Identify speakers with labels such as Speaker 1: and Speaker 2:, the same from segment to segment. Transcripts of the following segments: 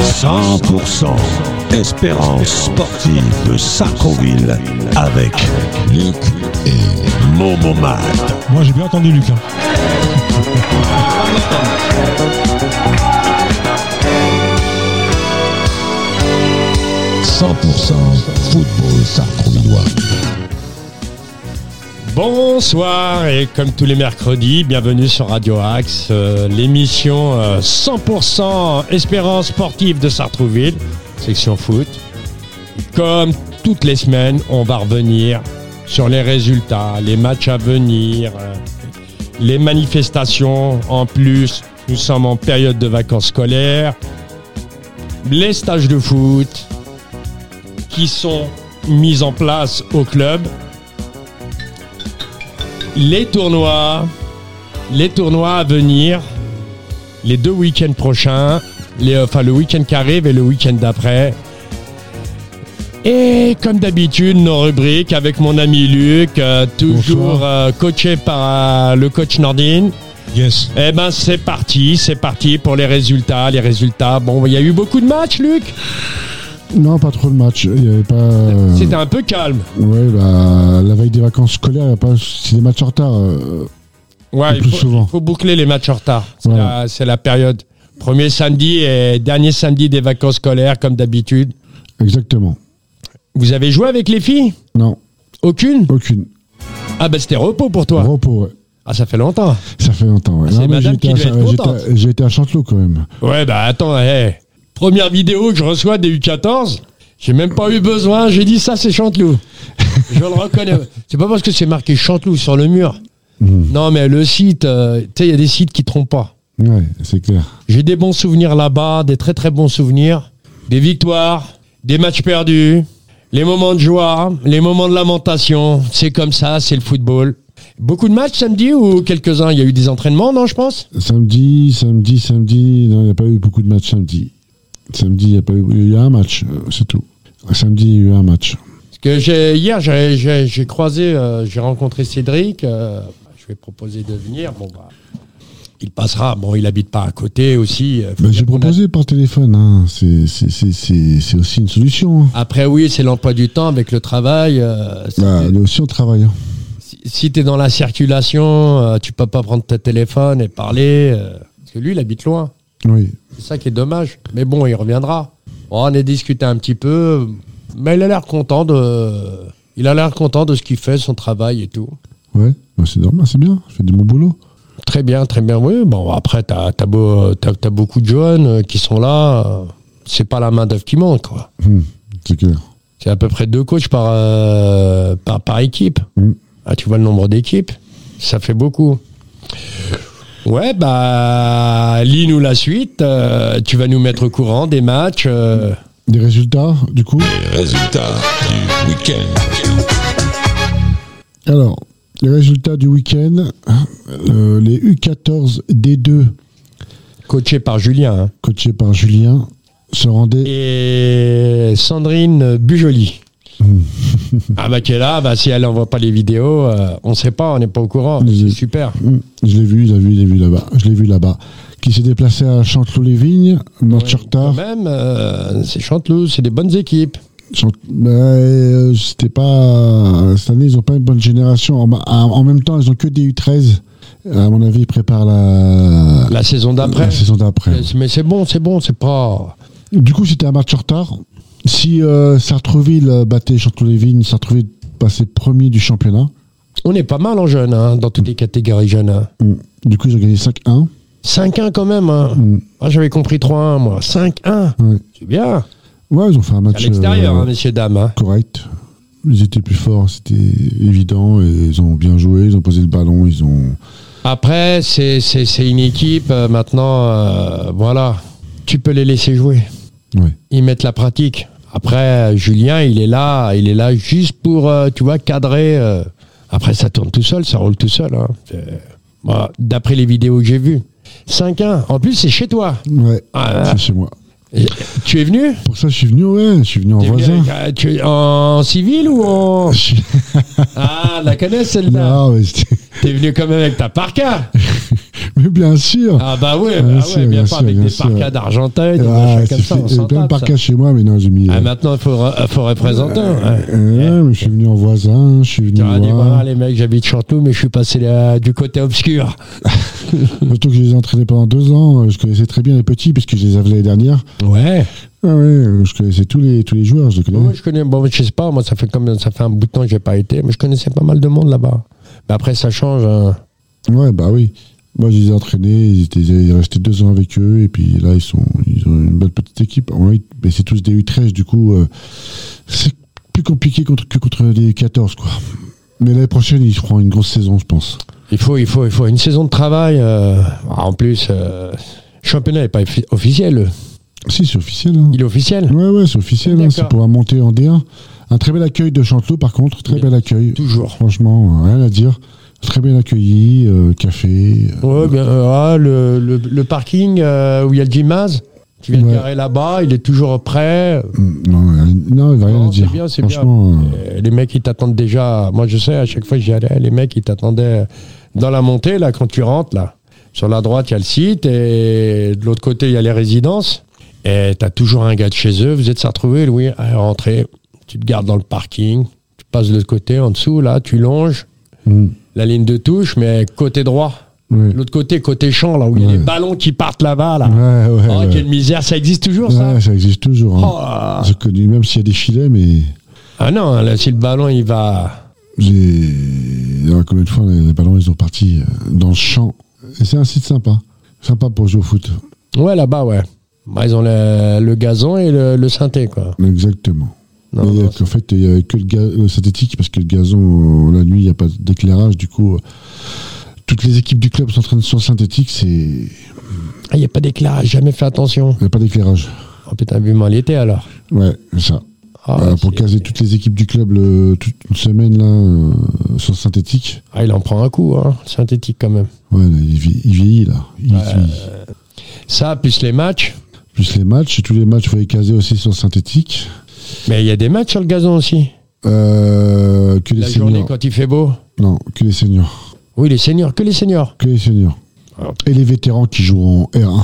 Speaker 1: 100% Espérance sportive de Sarconville avec Luc et Momomad.
Speaker 2: Moi j'ai bien entendu Luc. hein.
Speaker 1: football sarconvillois.
Speaker 3: Bonsoir et comme tous les mercredis, bienvenue sur Radio Axe, euh, l'émission euh, 100% espérance sportive de Sartrouville, section foot. Comme toutes les semaines, on va revenir sur les résultats, les matchs à venir, euh, les manifestations. En plus, nous sommes en période de vacances scolaires, les stages de foot qui sont mis en place au club les tournois, les tournois à venir, les deux week-ends prochains, les, enfin le week-end qui arrive et le week-end d'après. Et comme d'habitude, nos rubriques avec mon ami Luc, euh, toujours
Speaker 2: Bonsoir.
Speaker 3: euh, coaché par euh, le coach Nordine.
Speaker 2: Yes.
Speaker 3: Eh ben c'est parti, c'est parti pour les résultats, les résultats. Bon, il y a eu beaucoup de matchs, Luc.
Speaker 4: Non, pas trop de match. Il y avait pas. euh,
Speaker 3: C'était un peu calme.
Speaker 4: Ouais, la, la veille des vacances scolaires, il y a pas. C'est des matchs en retard. euh,
Speaker 3: Ouais,
Speaker 4: Le
Speaker 3: il
Speaker 4: plus
Speaker 3: faut,
Speaker 4: souvent.
Speaker 3: il faut boucler les matchs en retard. C'est
Speaker 4: Voilà.
Speaker 3: la- c'est la, période. Premier samedi et dernier samedi des vacances scolaires, comme d'habitude.
Speaker 4: exactement.
Speaker 3: Vous avez joué avec les filles
Speaker 4: Non,
Speaker 3: Aucune
Speaker 4: aucune.
Speaker 3: Ah ben c'était repos pour toi.
Speaker 4: Repos, ouais.
Speaker 3: Ah ça fait longtemps.
Speaker 4: Ça fait longtemps. Ouais.
Speaker 3: Ah, c'est
Speaker 4: mais
Speaker 3: madame
Speaker 4: j'étais
Speaker 3: qui
Speaker 4: à-
Speaker 3: doit être
Speaker 4: j'étais à-
Speaker 3: contente.
Speaker 4: J'étais à Chantelot quand même.
Speaker 3: Ouais bah attends, eh. première vidéo que je reçois des U14, j'ai même pas eu besoin, j'ai dit ça c'est Chanteloup. je le reconnais. C'est pas parce que c'est marqué Chanteloup sur le mur.
Speaker 4: Hmm.
Speaker 3: Non mais le site, euh, tu sais il y a des sites qui trompent pas.
Speaker 4: Ouais, c'est clair.
Speaker 3: J'ai des bons souvenirs là-bas, des très très bons souvenirs, des victoires, des matchs perdus, les moments de joie, les moments de lamentation. C'est comme ça, c'est le football. Beaucoup de matchs samedi ou quelques-uns Il y a eu des entraînements, non, je pense
Speaker 4: Samedi, samedi, samedi. Non, il n'y a pas eu beaucoup de matchs samedi. Samedi, il y a pas eu. Il y a un match, euh, c'est tout. Samedi, il y a eu un match. Bah,
Speaker 3: Parce que j'ai- hier, j'ai- j'ai j'ai croisé, euh, j'ai rencontré Cédric. euh, je vais proposer de venir. Bon, bah, il passera. Bon, il habite pas à côté aussi. euh, faut
Speaker 4: Bah,
Speaker 3: dire
Speaker 4: J'ai
Speaker 3: qu'on a-
Speaker 4: proposé par téléphone. Hein. C'est c'est- c'est- c'est- c'est aussi une solution. hein.
Speaker 3: Après, oui, c'est l'emploi du temps avec le travail. euh, c'est-
Speaker 4: Bah, mais aussi on travaille. hein.
Speaker 3: si, tu es dans la circulation, euh, tu peux pas prendre ton téléphone et parler. euh, parce que lui, il habite loin.
Speaker 4: Oui.
Speaker 3: C'est ça qui est dommage. Mais bon, il reviendra. Bon, on a discuté un petit peu. Mais il a l'air content de. Il a l'air content de ce qu'il fait, son travail et tout.
Speaker 4: Ouais, bah, c'est normal, c'est bien, je fais du bon boulot.
Speaker 3: Très bien, très bien. Oui, bon, après, t'as as, beaucoup de jeunes euh, qui sont là. euh, C'est pas la main d'œuvre qui manque, quoi.
Speaker 4: Hmm, c'est clair.
Speaker 3: C'est à peu près deux coachs par, euh, par, par équipe.
Speaker 4: Mm.
Speaker 3: Ah, tu vois le nombre d'équipes Ça fait beaucoup. Ouais, bah, lis-nous la suite. euh, tu vas nous mettre au courant des matchs. euh.
Speaker 4: Des résultats, du coup
Speaker 1: Les résultats du week-end.
Speaker 4: Alors, les résultats du week-end, euh, les U14 D2,
Speaker 3: coaché par Julien. hein.
Speaker 4: coachés par Julien, se rendaient.
Speaker 3: Et Sandrine Bujoli. ah, bah, qui est là. Bah, si elle envoie pas les vidéos, euh, on sait pas, on n'est pas au courant.
Speaker 4: Mm.
Speaker 3: C'est super.
Speaker 4: Hmm, je l'ai vu, je l'ai vu, je l'ai vu là-bas. Je l'ai vu là-bas. Qui s'est déplacé à Chanteloup-les-Vignes, match en
Speaker 3: Quand
Speaker 4: retard.
Speaker 3: même, euh, c'est Chanteloup, c'est des bonnes équipes.
Speaker 4: Chant- bah, euh, C'était pas. Cette année, ils ont pas une bonne génération. En, en- en même temps, ils ont que des U13. À mon avis, ils préparent la,
Speaker 3: La saison d'après.
Speaker 4: la saison d'après.
Speaker 3: Mais c'est bon, c'est bon, c'est pas.
Speaker 4: Du coup, c'était un match en retard. Si euh, Sartreville euh, battait Chanteloup-les-Vignes, Sartreville passait premier du championnat.
Speaker 3: On est pas mal en jeune, hein, dans toutes les catégories jeunes. hein.
Speaker 4: Mm. Du coup, ils ont gagné 5-1.
Speaker 3: 5-1 quand même. hein.
Speaker 4: Mm.
Speaker 3: Ah, J'avais compris 3-1, moi. 5-1.
Speaker 4: Ouais.
Speaker 3: C'est bien.
Speaker 4: Ouais, ils ont fait un
Speaker 3: À
Speaker 4: match
Speaker 3: l'extérieur,
Speaker 4: euh,
Speaker 3: hein, messieurs, dames. hein.
Speaker 4: correct. Ils étaient plus forts, c'était évident. Et ils ont bien joué, ils ont posé le ballon, ils ont.
Speaker 3: Après, c'est- c'est c'est une équipe. euh, maintenant, euh, voilà. Tu peux les laisser jouer.
Speaker 4: Ouais.
Speaker 3: Ils mettent la pratique. Après, euh, Julien, il est là. Il est là juste pour, euh, tu vois, cadrer. euh. Après, ça tourne tout seul, ça roule tout seul. hein. C'est- Bah, D'après les vidéos que j'ai vues. 5-1. En plus, c'est chez toi.
Speaker 4: Ouais,
Speaker 3: Ah,
Speaker 4: c'est chez moi.
Speaker 3: Et- Tu es venu
Speaker 4: Pour ça, je suis venu, ouais, je suis venu en
Speaker 3: T'es venu
Speaker 4: voisin. Euh,
Speaker 3: avec, euh, tu es en civil ou en.
Speaker 4: Je suis-
Speaker 3: Ah, la connaisse celle-là.
Speaker 4: Non, mais, Ah, c'était-
Speaker 3: T'es venu quand même avec ta parka.
Speaker 4: mais bien sûr.
Speaker 3: Ah, bah ouais,
Speaker 4: Bien
Speaker 3: bah
Speaker 4: sûr,
Speaker 3: ouais, bien,
Speaker 4: bien
Speaker 3: pas
Speaker 4: sûr,
Speaker 3: avec
Speaker 4: bien
Speaker 3: des
Speaker 4: sûr.
Speaker 3: parkas d'Argentin, des
Speaker 4: Ah,
Speaker 3: machins
Speaker 4: c'est
Speaker 3: comme ça. On
Speaker 4: fait-
Speaker 3: s'entend
Speaker 4: plein de
Speaker 3: de ça.
Speaker 4: parkas chez moi, mais non, j'ai mis.
Speaker 3: Ah,
Speaker 4: euh,
Speaker 3: maintenant, il faut, re- faut représenter. hein.
Speaker 4: euh, mais je suis venu en voisin, je suis venu
Speaker 3: Tu auras dit, voilà,
Speaker 4: voir.
Speaker 3: les mecs, j'habite Chantou, mais je suis passé là, du côté obscur.
Speaker 4: Surtout que je les ai entraînés pendant deux ans, euh, je connaissais très bien les petits, puisque je les avais l'année dernière.
Speaker 3: Ouais.
Speaker 4: Ah ouais, euh, je connaissais tous les, tous les joueurs, je les connais.
Speaker 3: Moi, je connais, bon, je sais pas, moi, ça fait combien, ça fait un bout de temps que j'ai pas été, mais je connaissais pas mal de monde là-bas. Mais après, ça change. hein.
Speaker 4: Ouais, bah oui. Moi, je les ai entraînés, ils étaient ils restaient deux ans avec eux, et puis là, ils, sont, ils ont une bonne petite équipe. En vrai, mais c'est tous des U13, du coup, euh, c'est plus compliqué contre, que contre les U14, quoi. Mais l'année prochaine, ils feront une grosse saison, je pense.
Speaker 3: Il faut, il faut, il faut une saison de travail. euh, en plus, euh, le championnat n'est pas offi- officiel.
Speaker 4: Si, c'est officiel. Hein.
Speaker 3: Il est officiel.
Speaker 4: Ouais, ouais, c'est officiel, hein, c'est
Speaker 3: D'accord.
Speaker 4: pour un monter en D1. Un très bel accueil de Chanteloup, par contre, très
Speaker 3: Oui.
Speaker 4: bel accueil.
Speaker 3: Toujours.
Speaker 4: Franchement, euh, rien à dire. Très bien accueilli, euh, café. euh,
Speaker 3: Ouais, bien, euh, ah, le, le- le parking euh, où il y a le gymnase, tu viens
Speaker 4: Ouais.
Speaker 3: de garer là-bas, il est toujours prêt.
Speaker 4: non, rien- non, il n'y a rien
Speaker 3: Non,
Speaker 4: à
Speaker 3: c'est
Speaker 4: dire.
Speaker 3: bien, c'est bien.
Speaker 4: Franchement, euh,
Speaker 3: Euh, Les mecs, ils t'attendent déjà. Moi, je sais, à chaque fois que j'y allais, les mecs, ils t'attendaient dans la montée, là, quand tu rentres, là. Sur la droite, il y a le site, et de l'autre côté, il y a les résidences. Et t'as toujours un gars de chez eux, vous êtes retrouvé, Louis, à rentrer. Tu te gardes dans le parking, tu passes de l'autre côté, en dessous, là, tu longes
Speaker 4: mm,
Speaker 3: la ligne de touche, mais côté droit.
Speaker 4: ouais.
Speaker 3: L'autre côté, côté champ, là, où il y a
Speaker 4: Ouais.
Speaker 3: les ballons qui partent là-bas, là.
Speaker 4: Ouais, ouais,
Speaker 3: Oh,
Speaker 4: ouais.
Speaker 3: quelle misère, ça existe toujours, ça
Speaker 4: Ouais, ça existe toujours. hein.
Speaker 3: Oh.
Speaker 4: C'est connu, même s'il y a des filets, mais
Speaker 3: Ah non, là, si le ballon, il va...
Speaker 4: j'ai. Alors, combien de fois les, les ballons ils sont partis euh, dans le champ Et c'est un site sympa. Sympa pour jouer au foot.
Speaker 3: Ouais, là-bas, ouais. Bah, ils ont le, le gazon et le, le synthé, quoi.
Speaker 4: Exactement.
Speaker 3: Non,
Speaker 4: Mais
Speaker 3: non,
Speaker 4: en fait, il n'y avait que le, ga- le synthétique parce que le gazon, euh, la nuit, il n'y a pas d'éclairage. Du coup, euh, toutes les équipes du club s'entraînent sur le synthétique. c'est- Il
Speaker 3: Il n'y Ah, a pas d'éclairage, jamais fait attention.
Speaker 4: n'y a pas d'éclairage.
Speaker 3: Oh putain, vivement l'été alors.
Speaker 4: Ouais, c'est ça.
Speaker 3: Ah,
Speaker 4: Voilà,
Speaker 3: ouais,
Speaker 4: pour
Speaker 3: c'est-
Speaker 4: caser toutes les équipes du club le- toute une semaine là, euh, sur le synthétique.
Speaker 3: Ah, il en prend un coup, hein, synthétique quand même.
Speaker 4: Ouais, là, il, vie- il vieillit là. Il vieillit.
Speaker 3: Ça, plus les matchs.
Speaker 4: Plus les matchs, tous les matchs, il faut les caser aussi sur synthétique.
Speaker 3: Mais il y a des matchs sur le gazon aussi.
Speaker 4: Euh, que les
Speaker 3: La
Speaker 4: seniors.
Speaker 3: journée quand il fait beau.
Speaker 4: Non, que les seniors.
Speaker 3: Oui, les seniors, que les seniors.
Speaker 4: Que les seniors.
Speaker 3: Ah.
Speaker 4: Et les vétérans qui jouent en R1.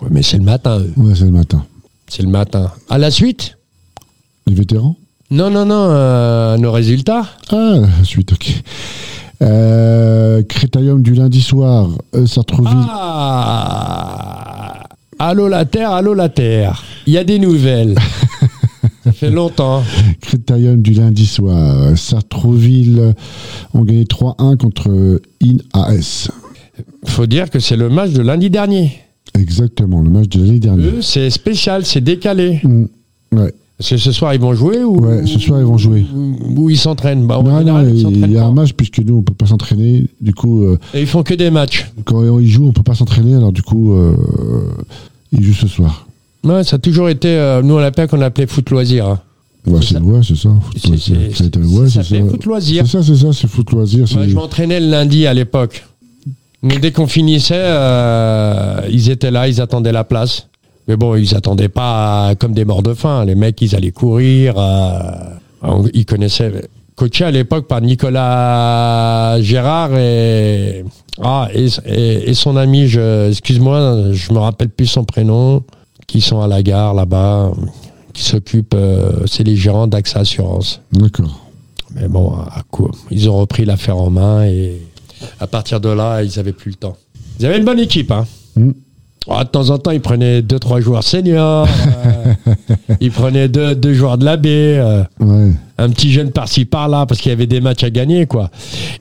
Speaker 3: Ouais, mais c'est le matin, eux.
Speaker 4: Ouais, c'est le matin.
Speaker 3: C'est le matin. À la suite
Speaker 4: Les vétérans
Speaker 3: Non, non, non, euh, nos résultats.
Speaker 4: Ah, la suite, ok. Euh, Crétarium du lundi soir, euh, Sartrouville.
Speaker 3: Ah Allô la Terre, allô la Terre. Il y a des nouvelles. Ça fait longtemps.
Speaker 4: Crétarium du lundi soir, Sartrouville ont gagné 3-1 contre euh, INAS.
Speaker 3: faut dire que c'est le match de lundi dernier.
Speaker 4: Exactement, le match de l'année dernière.
Speaker 3: Eux, c'est spécial, c'est décalé.
Speaker 4: Mm. Ouais,
Speaker 3: Parce que ce soir, ils vont jouer ou
Speaker 4: ouais, ce soir ils vont jouer.
Speaker 3: ou ou ils s'entraînent. Bah, en
Speaker 4: Non, non,
Speaker 3: général, ils
Speaker 4: il
Speaker 3: s'entraînent
Speaker 4: y a
Speaker 3: pas.
Speaker 4: un match puisque nous on peut pas s'entraîner. Du coup, euh,
Speaker 3: Et ils font que des matchs.
Speaker 4: quand on y joue, on peut pas s'entraîner. Alors du coup, euh, il joue ce soir.
Speaker 3: Ouais, ça a toujours été. euh, nous, on l'appelle qu'on appelait foot loisir. hein.
Speaker 4: Ouais,
Speaker 3: C'est
Speaker 4: c'est
Speaker 3: ça.
Speaker 4: ouais, c'est ça. foot
Speaker 3: C'est- c'est-
Speaker 4: loisir. Ça a été-
Speaker 3: c'est-
Speaker 4: ouais,
Speaker 3: ça
Speaker 4: c'est
Speaker 3: fait foot loisir.
Speaker 4: C'est ça, c'est ça, c'est foot loisir.
Speaker 3: Moi,
Speaker 4: c'est-
Speaker 3: je m'entraînais le lundi à l'époque. Mais dès qu'on finissait, euh, ils étaient là, ils attendaient la place. Mais bon, ils attendaient pas euh, comme des morts de faim. Les mecs, ils allaient courir. euh, on- ils connaissaient. Coaché à l'époque par Nicolas Gérard et, ah, et, et- et son ami, je- excuse-moi, je me rappelle plus son prénom, qui sont à la gare là-bas, qui s'occupent, euh, c'est les gérants d'AXA Assurance.
Speaker 4: D'accord.
Speaker 3: Mais bon, à quoi Ils ont repris l'affaire en main et à partir de là, ils n'avaient plus le temps. Ils avaient une bonne équipe. Hein.
Speaker 4: Mm.
Speaker 3: Ah, de temps en temps, ils prenaient deux, trois joueurs seniors. euh, ils prenaient deux, deux joueurs de la B. euh,
Speaker 4: Ouais.
Speaker 3: un petit jeune par-ci, par-là, parce qu'il y avait des matchs à gagner. quoi.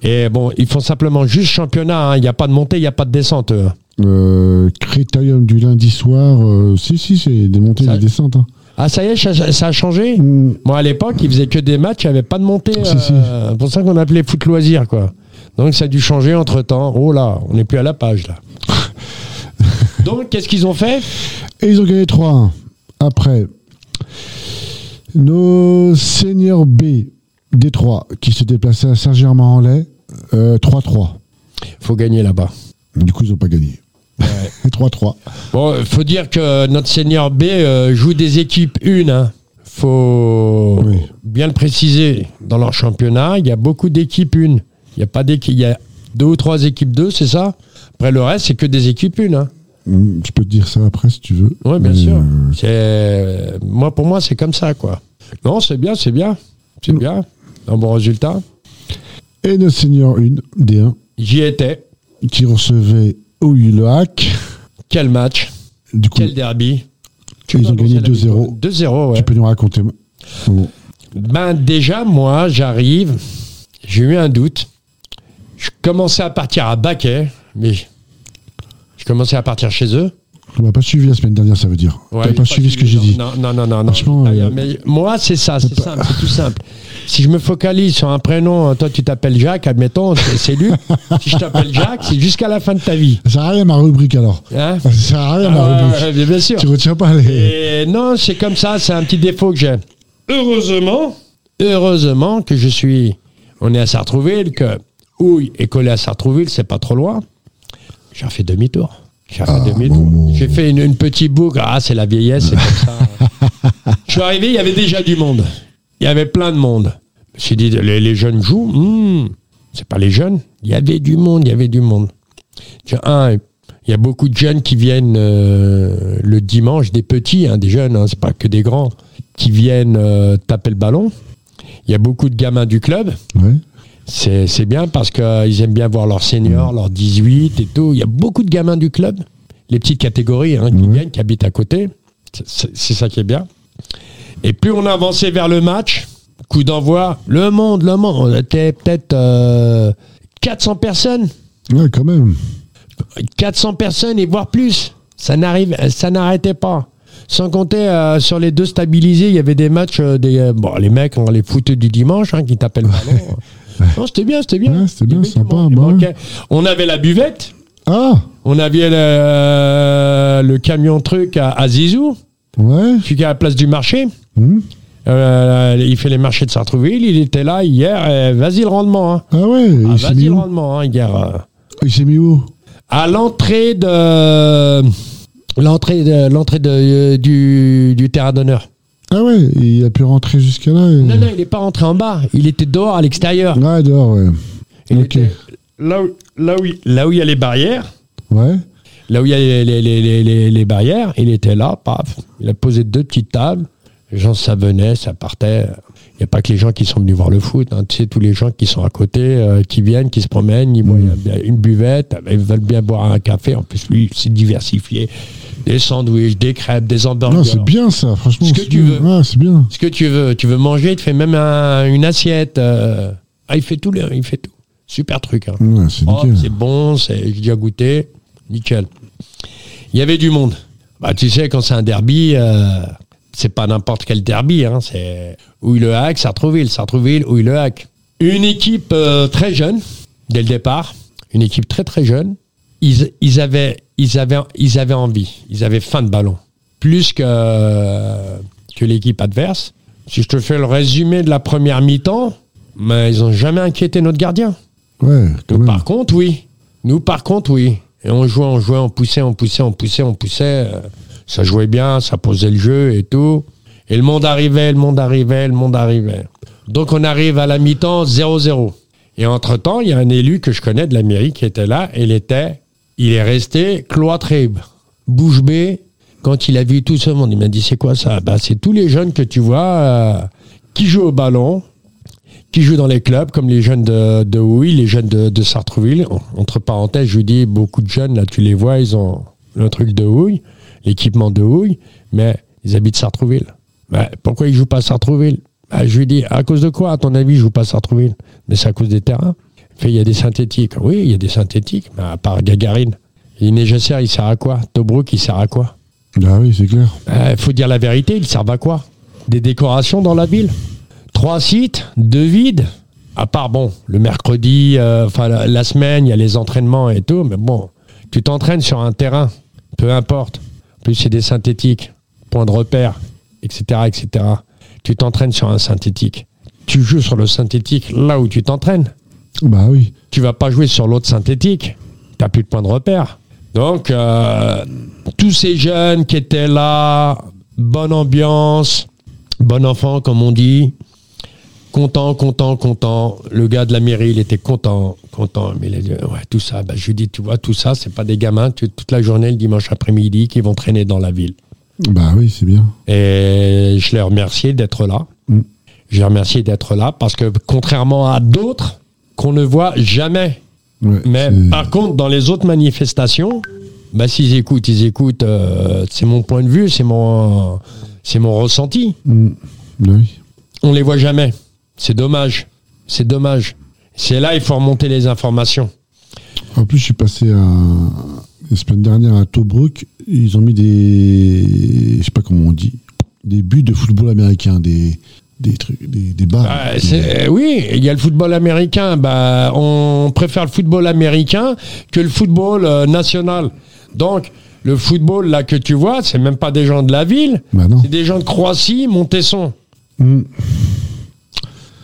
Speaker 3: Et bon, ils font simplement juste championnat. hein. Il n'y a pas de montée, il n'y a pas de descente. eux.
Speaker 4: Euh, Crétarium du lundi soir. euh, si, si, c'est des montées,
Speaker 3: Ça-
Speaker 4: des descentes. hein.
Speaker 3: Ah, ça y est, ça, ça a changé
Speaker 4: Mm.
Speaker 3: Moi, à l'époque, ils faisaient que des matchs, il n'y avait pas de montée.
Speaker 4: Si, si.
Speaker 3: euh, C'est pour ça qu'on appelait foot loisir, quoi. Donc, ça a dû changer entre temps. Oh là, on n'est plus à la page, là. Donc, qu'est-ce qu'ils ont fait
Speaker 4: Et ils ont gagné 3-1. Après, nos seniors B, Détroit, qui se déplaçaient à Saint-Germain-en-Laye, euh, 3-3.
Speaker 3: Faut gagner là-bas.
Speaker 4: Du coup, ils n'ont pas gagné. Et 3-3.
Speaker 3: Bon, euh, faut dire que notre senior B euh, joue des équipes une. hein. Faut
Speaker 4: Oui.
Speaker 3: bien le préciser. Dans leur championnat, il y a beaucoup d'équipes une. Il y a pas d'équipe. Il y a deux ou trois équipes deux, c'est ça. Après le reste, c'est que des équipes une. Hein.
Speaker 4: Mm, Je peux te dire ça après si tu veux.
Speaker 3: Ouais, bien
Speaker 4: Mais,
Speaker 3: sûr.
Speaker 4: euh,
Speaker 3: C'est moi pour moi, c'est comme ça quoi. Non, c'est bien, c'est bien, c'est bien. Un bon résultat.
Speaker 4: Et notre senior 1, D1,
Speaker 3: J'y étais.
Speaker 4: qui recevait Ouiloac.
Speaker 3: Quel match,
Speaker 4: Du coup,
Speaker 3: quel derby.
Speaker 4: ils ont gagné 2-0.
Speaker 3: 2-0, ouais.
Speaker 4: Tu peux nous raconter. Bon.
Speaker 3: Ben déjà, moi, j'arrive, j'ai eu un doute. Je commençais à partir à Baquet, mais je commençais à partir chez eux.
Speaker 4: Tu m'as pas suivi la semaine dernière, ça veut dire. Tu
Speaker 3: Ouais,
Speaker 4: T'as
Speaker 3: j'ai
Speaker 4: pas suivi ce que j'ai
Speaker 3: non,
Speaker 4: dit.
Speaker 3: Non, non, non, non. non,
Speaker 4: Franchement,
Speaker 3: j'ai pas-
Speaker 4: euh,
Speaker 3: mais moi, c'est ça, c'est simple, c'est tout simple. Si je me focalise sur un prénom, euh, toi, tu t'appelles Jacques, admettons, c'est c'est Luc. si je t'appelle Jacques, c'est jusqu'à la fin de ta vie.
Speaker 4: Ça sert à rien ma rubrique alors.
Speaker 3: Hein
Speaker 4: Ça sert à rien ma
Speaker 3: Ah,
Speaker 4: rubrique.
Speaker 3: ouais, ouais, bien sûr.
Speaker 4: Tu retiens pas les.
Speaker 3: Et non, c'est comme ça, c'est un petit défaut que j'ai. Heureusement, heureusement que je suis. On est à Sartrouville, que Houille est collé à Sartrouville, c'est pas trop loin. J'ai fait demi-tour. J'ai fait demi-tour.
Speaker 4: bon.
Speaker 3: J'ai fait une, une petite boucle. Ah, c'est la vieillesse, c'est comme ça. je suis arrivé, il y avait déjà du monde. Il y avait plein de monde. Je me suis dit, les, les jeunes jouent. Hmm, c'est pas les jeunes. Il y avait du monde, il y avait du monde. Tu vois, un, il y a beaucoup de jeunes qui viennent euh, le dimanche, des petits, hein, des jeunes, hein, c'est pas que des grands, qui viennent euh, taper le ballon. Il y a beaucoup de gamins du club.
Speaker 4: Ouais.
Speaker 3: C'est c'est bien parce qu'ils aiment bien voir leurs seniors, leurs 18 et tout. Il y a beaucoup de gamins du club, les petites catégories hein, qui viennent, qui habitent à côté. C'est- C'est c'est ça qui est bien. Et plus on avançait vers le match, coup d'envoi, le monde, le monde, on était peut-être euh, 400 personnes.
Speaker 4: Ouais, quand même.
Speaker 3: 400 personnes et voire plus. Ça n'arrive, ça n'arrêtait pas. Sans compter euh, sur les deux stabilisés, il y avait des matchs, euh, des euh, bon, les mecs, on les foutus du dimanche, hein, qui t'appellent pas. Non, c'était bien, c'était bien.
Speaker 4: Ouais, c'était
Speaker 3: Il
Speaker 4: bien,
Speaker 3: y avait du
Speaker 4: sympa,
Speaker 3: monde, il
Speaker 4: bah ouais.
Speaker 3: manquait. On avait la buvette,
Speaker 4: Ah
Speaker 3: on avait euh, le, le camion truc à, à Zizou,
Speaker 4: Ouais.
Speaker 3: celui qui est à la place du marché.
Speaker 4: Hum.
Speaker 3: Euh, il fait les marchés de Sartrouville, il était là hier. euh, vas-y le rendement, hein.
Speaker 4: Ah ouais,
Speaker 3: Ah,
Speaker 4: il s'est
Speaker 3: vas-y
Speaker 4: mis
Speaker 3: le
Speaker 4: où
Speaker 3: rendement, hein, hier. euh.
Speaker 4: Il s'est mis où
Speaker 3: à l'entrée de l'entrée de l'entrée de, euh, du, du terrain d'honneur.
Speaker 4: Ah ouais, il a pu rentrer jusqu'à là. et-
Speaker 3: Non, non, il n'est pas rentré en bas. Il était dehors, à l'extérieur.
Speaker 4: Ouais, dehors, ouais.
Speaker 3: Il
Speaker 4: ok.
Speaker 3: était là, où, là, où, il- là où il y a les barrières,
Speaker 4: Ouais.
Speaker 3: là où il y a les, les- les- les- les- les barrières, il était là, paf. Il a posé deux petites tables. Les gens, ça venait, ça partait. Il n'y a pas que les gens qui sont venus voir le foot. hein. Tu sais, tous les gens qui sont à côté, euh, qui viennent, qui se promènent, ils boivent un- une buvette, euh, ils veulent bien boire un café. En plus, lui, c'est diversifié. Des sandwichs, des crêpes, des hamburgers.
Speaker 4: Non, c'est bien ça, franchement.
Speaker 3: hein. Ce que
Speaker 4: c'est
Speaker 3: tu
Speaker 4: bien.
Speaker 3: veux.
Speaker 4: Ouais, c'est bien.
Speaker 3: Ce que tu veux, tu veux manger, il te fait même un- une assiette. euh. Ah, il fait tout, le- il fait tout. Super truc. hein.
Speaker 4: Ouais, c'est
Speaker 3: Oh,
Speaker 4: nickel.
Speaker 3: c'est bon, c'est- j'ai déjà goûté, nickel. Il y avait du monde. Bah, tu sais, quand c'est un derby, euh, c'est pas n'importe quel derby. Hein, c'est Houille-le-Hac, Sartrouville, Sartrouville, Houille-le-Hac. Une équipe euh, très jeune, dès le départ, une équipe très très jeune. Ils, ils avaient, ils, avaient, ils avaient envie, ils avaient faim de ballon. Plus que, que l'équipe adverse. Si je te fais le résumé de la première mi-temps, mais ils n'ont jamais inquiété notre gardien.
Speaker 4: Ouais, quand
Speaker 3: Nous,
Speaker 4: même.
Speaker 3: par contre, oui. Nous, par contre, oui. Et on jouait, on jouait, on poussait, on poussait, on poussait, on poussait. euh, Ça jouait bien, ça posait le jeu et tout. Et le monde arrivait, le monde arrivait, le monde arrivait. Donc on arrive à la mi-temps 0-0. Et entre-temps, il y a un élu que je connais de la mairie qui était là. Il était, il est resté cloîtré, bouche bée. Quand il a vu tout ce monde, il m'a dit, c'est quoi ça bah, C'est tous les jeunes que tu vois euh, qui jouent au ballon, qui jouent dans les clubs, comme les jeunes de, de Houille, les jeunes de, de Sartrouville. En- Entre parenthèses, je vous dis, beaucoup de jeunes, là, tu les vois, ils ont le truc de Houille, l'équipement de Houille, mais ils habitent Sartrouville. Ben, pourquoi ils jouent pas à Sartrouville Ben, Je lui dis, à cause de quoi, à ton avis, ils jouent pas à Sartrouville Mais c'est à cause des terrains. Il fait, il y a des synthétiques. Oui, il y a des synthétiques, mais à part Gagarine. Il nécessaire, il sert à quoi Tobruk, il sert à quoi
Speaker 4: Ah oui, c'est clair.
Speaker 3: il Eh, faut dire la vérité, ils servent à quoi Des décorations dans la ville. Trois sites, deux vides. À part, bon, le mercredi, euh, enfin la, la semaine, il y a les entraînements et tout, mais bon, tu t'entraînes sur un terrain, peu importe. En plus, c'est des synthétiques, point de repère, etc., etc. Tu t'entraînes sur un synthétique. Tu joues sur le synthétique là où tu t'entraînes.
Speaker 4: Bah oui.
Speaker 3: tu vas pas jouer sur l'autre synthétique. T'as plus de point de repère. Donc, euh, tous ces jeunes qui étaient là, bonne ambiance, bon enfant, comme on dit, content, content, content. Le gars de la mairie, il était content, content. Mais il a dit, ouais, tout ça, bah, je lui dis, tu vois, tout ça, c'est pas des gamins, tu- toute la journée, le dimanche après-midi, qui vont traîner dans la ville.
Speaker 4: Bah oui, c'est bien.
Speaker 3: Et je les remercie d'être là.
Speaker 4: Mm.
Speaker 3: Je les remercie d'être là parce que, contrairement à d'autres qu'on ne voit jamais,
Speaker 4: Ouais,
Speaker 3: mais
Speaker 4: c'est-
Speaker 3: par contre, dans les autres manifestations, bah, s'ils écoutent, ils écoutent. euh, c'est mon point de vue, c'est mon, c'est mon ressenti.
Speaker 4: Mm. Bah oui.
Speaker 3: On les voit jamais. C'est dommage. C'est dommage. C'est là, il faut remonter les informations.
Speaker 4: En plus, je suis passé à... la semaine dernière à Tobruk. Ils ont mis des. Je sais pas comment on dit. Des buts de football américain. Des, des trucs. Des, des barres.
Speaker 3: Bah,
Speaker 4: Des-
Speaker 3: c'est- euh, oui, il y a le football américain. Bah, on préfère le football américain que le football euh, national. Donc, le football là que tu vois, c'est même pas des gens de la ville,
Speaker 4: Bah non.
Speaker 3: c'est des gens de Croatie, Montesson.
Speaker 4: Mm.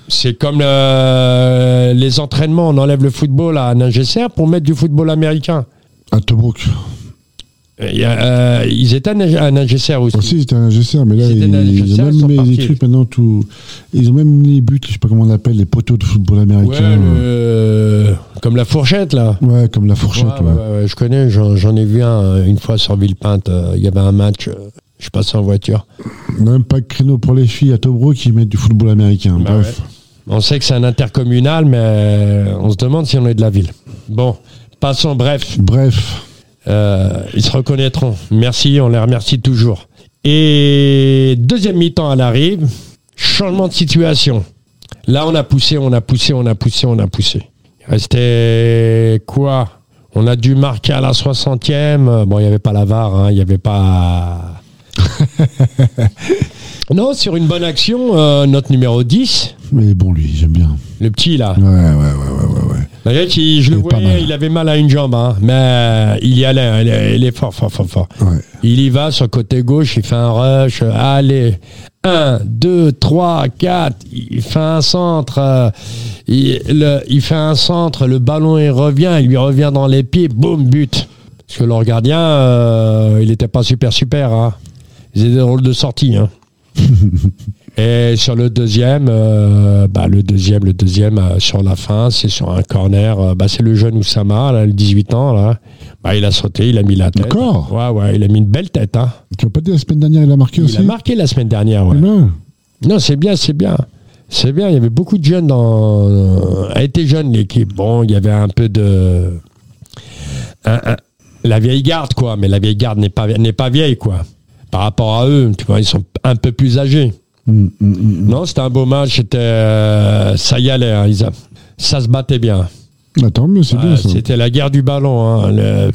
Speaker 3: C'est comme euh, les entraînements, on enlève le football à Ningesser pour mettre du football américain.
Speaker 4: À Tobruk.
Speaker 3: Il y a, euh, ils étaient à Nin- à Ningesser aussi.
Speaker 4: Aussi, c'était un GCR, mais là,
Speaker 3: C'était
Speaker 4: ils,
Speaker 3: un
Speaker 4: ils
Speaker 3: GCR,
Speaker 4: ont
Speaker 3: ils sont
Speaker 4: même mis
Speaker 3: partis.
Speaker 4: des trucs maintenant tout. Ils ont même mis les buts, je sais pas comment on appelle, les poteaux de football
Speaker 3: Ouais,
Speaker 4: américain.
Speaker 3: le- comme la fourchette là.
Speaker 4: Ouais, comme la fourchette,
Speaker 3: Ouais,
Speaker 4: ouais.
Speaker 3: euh, ouais, ouais, je connais, j'en j'en ai vu un euh, une fois sur Villepinte. euh, Il y avait un match, euh, je passais en voiture.
Speaker 4: On a même pas de créneau pour les filles à Tobruk qui mettent du football américain.
Speaker 3: Bah
Speaker 4: Bref.
Speaker 3: On sait que c'est un intercommunal, mais euh, on se demande si on est de la ville. Bon, passons, bref,
Speaker 4: Bref.
Speaker 3: euh, ils se reconnaîtront. Merci, on les remercie toujours. Et deuxième mi-temps, elle arrive, changement de situation. Là, on a poussé, on a poussé, on a poussé, on a poussé. Il restait quoi On a dû marquer à la 60e. Bon, il n'y avait pas la VAR, hein, il n'y avait pas... non, sur une bonne action, euh, notre numéro 10,
Speaker 4: Mais bon, lui, j'aime bien.
Speaker 3: le petit là,
Speaker 4: Ouais, ouais, ouais, ouais, ouais. ouais.
Speaker 3: Malgré qu'il- je le
Speaker 4: Il est pas
Speaker 3: voyais,
Speaker 4: mal.
Speaker 3: il avait mal à une jambe, hein, mais euh, il y allait, hein, il est, il est fort, fort, fort, fort.
Speaker 4: Ouais.
Speaker 3: Il y va sur le côté gauche, il fait un rush, euh, allez, 1, 2, 3, 4, il fait un centre, euh, il, le- il fait un centre, le ballon il revient, il lui revient dans les pieds, boum, but. Parce que leur gardien, euh, il n'était pas super super, hein. il faisait des rôles de sortie. Hein. Et sur le deuxième, euh, bah, le deuxième, le deuxième euh, sur la fin, c'est sur un corner. euh, bah, c'est le jeune Oussama, là, le 18 ans. Là. Bah, il a sauté, il a mis la tête.
Speaker 4: Encore
Speaker 3: Ouais, ouais, il a mis une belle tête. Hein.
Speaker 4: Tu m'as pas dit la semaine dernière, il a marqué
Speaker 3: Il
Speaker 4: aussi
Speaker 3: a marqué la semaine dernière. ouais.
Speaker 4: Non.
Speaker 3: Non, c'est bien, c'est bien. C'est bien, il y avait beaucoup de jeunes dans. Elle était jeune, l'équipe. Bon, il y avait un peu de. un- un- La vieille garde, quoi. Mais la vieille garde n'est pas, n'est pas vieille, quoi. Par rapport à eux, tu vois, ils sont un peu plus âgés.
Speaker 4: Mm, mm, mm.
Speaker 3: Non, c'était un beau match. C'était, euh, ça y allait. hein, ils a- ça se battait bien.
Speaker 4: Bah, tant mieux, c'est
Speaker 3: Euh,
Speaker 4: bien ça.
Speaker 3: c'était la guerre du ballon. hein, le-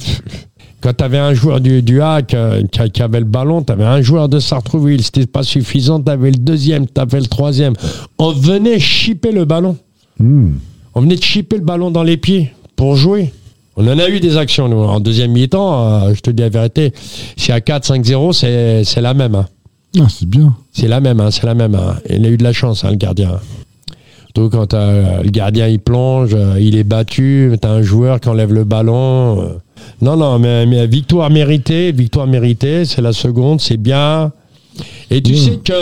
Speaker 3: quand tu avais un joueur du, du hack euh, qui, qui avait le ballon, tu avais un joueur de Sartrouville. C'était pas suffisant. Tu avais le deuxième, tu avais le troisième. On venait chipper le ballon.
Speaker 4: Mm.
Speaker 3: On venait de chipper le ballon dans les pieds pour jouer. On en a eu des actions, nous. En deuxième mi-temps, euh, je te dis la vérité, si à 4-5-0, c'est c'est la même. hein.
Speaker 4: Ah, c'est bien.
Speaker 3: C'est la même, hein, c'est la même. hein. Il a eu de la chance, hein, le gardien. Donc quand euh, le gardien il plonge, euh, il est battu, t'as un joueur qui enlève le ballon. euh. Non, non, mais, mais victoire méritée, victoire méritée, c'est la seconde, c'est bien. Et tu
Speaker 4: Mmh.
Speaker 3: sais que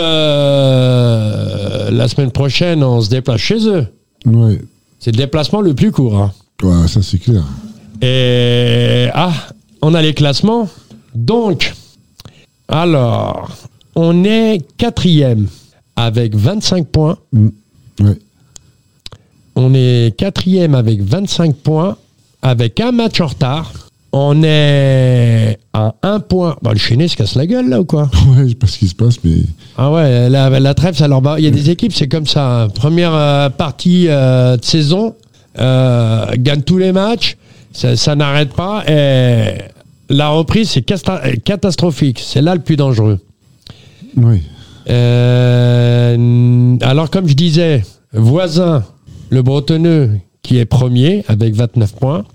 Speaker 3: euh, la semaine prochaine, on se déplace chez eux.
Speaker 4: Ouais.
Speaker 3: C'est le déplacement le plus court. hein.
Speaker 4: Ouais, ça, c'est clair.
Speaker 3: Et ah, on a les classements. Donc, alors, on est quatrième avec 25 points.
Speaker 4: Ouais.
Speaker 3: On est quatrième avec 25 points, avec un match en retard. On est à un point. Bah, le Chenet se casse la gueule là ou quoi
Speaker 4: Ouais, je sais pas ce qui se passe, mais.
Speaker 3: Ah ouais, la, la trêve, ça leur va. Il y a des équipes, c'est comme ça. hein. Première euh, partie euh, de saison, euh, gagne tous les matchs, ça, ça n'arrête pas. Et la reprise, c'est casta- catastrophique. C'est là le plus dangereux.
Speaker 4: Ouais.
Speaker 3: Euh, alors, comme je disais, voisin, le Bretonneux, qui est premier avec 29 points.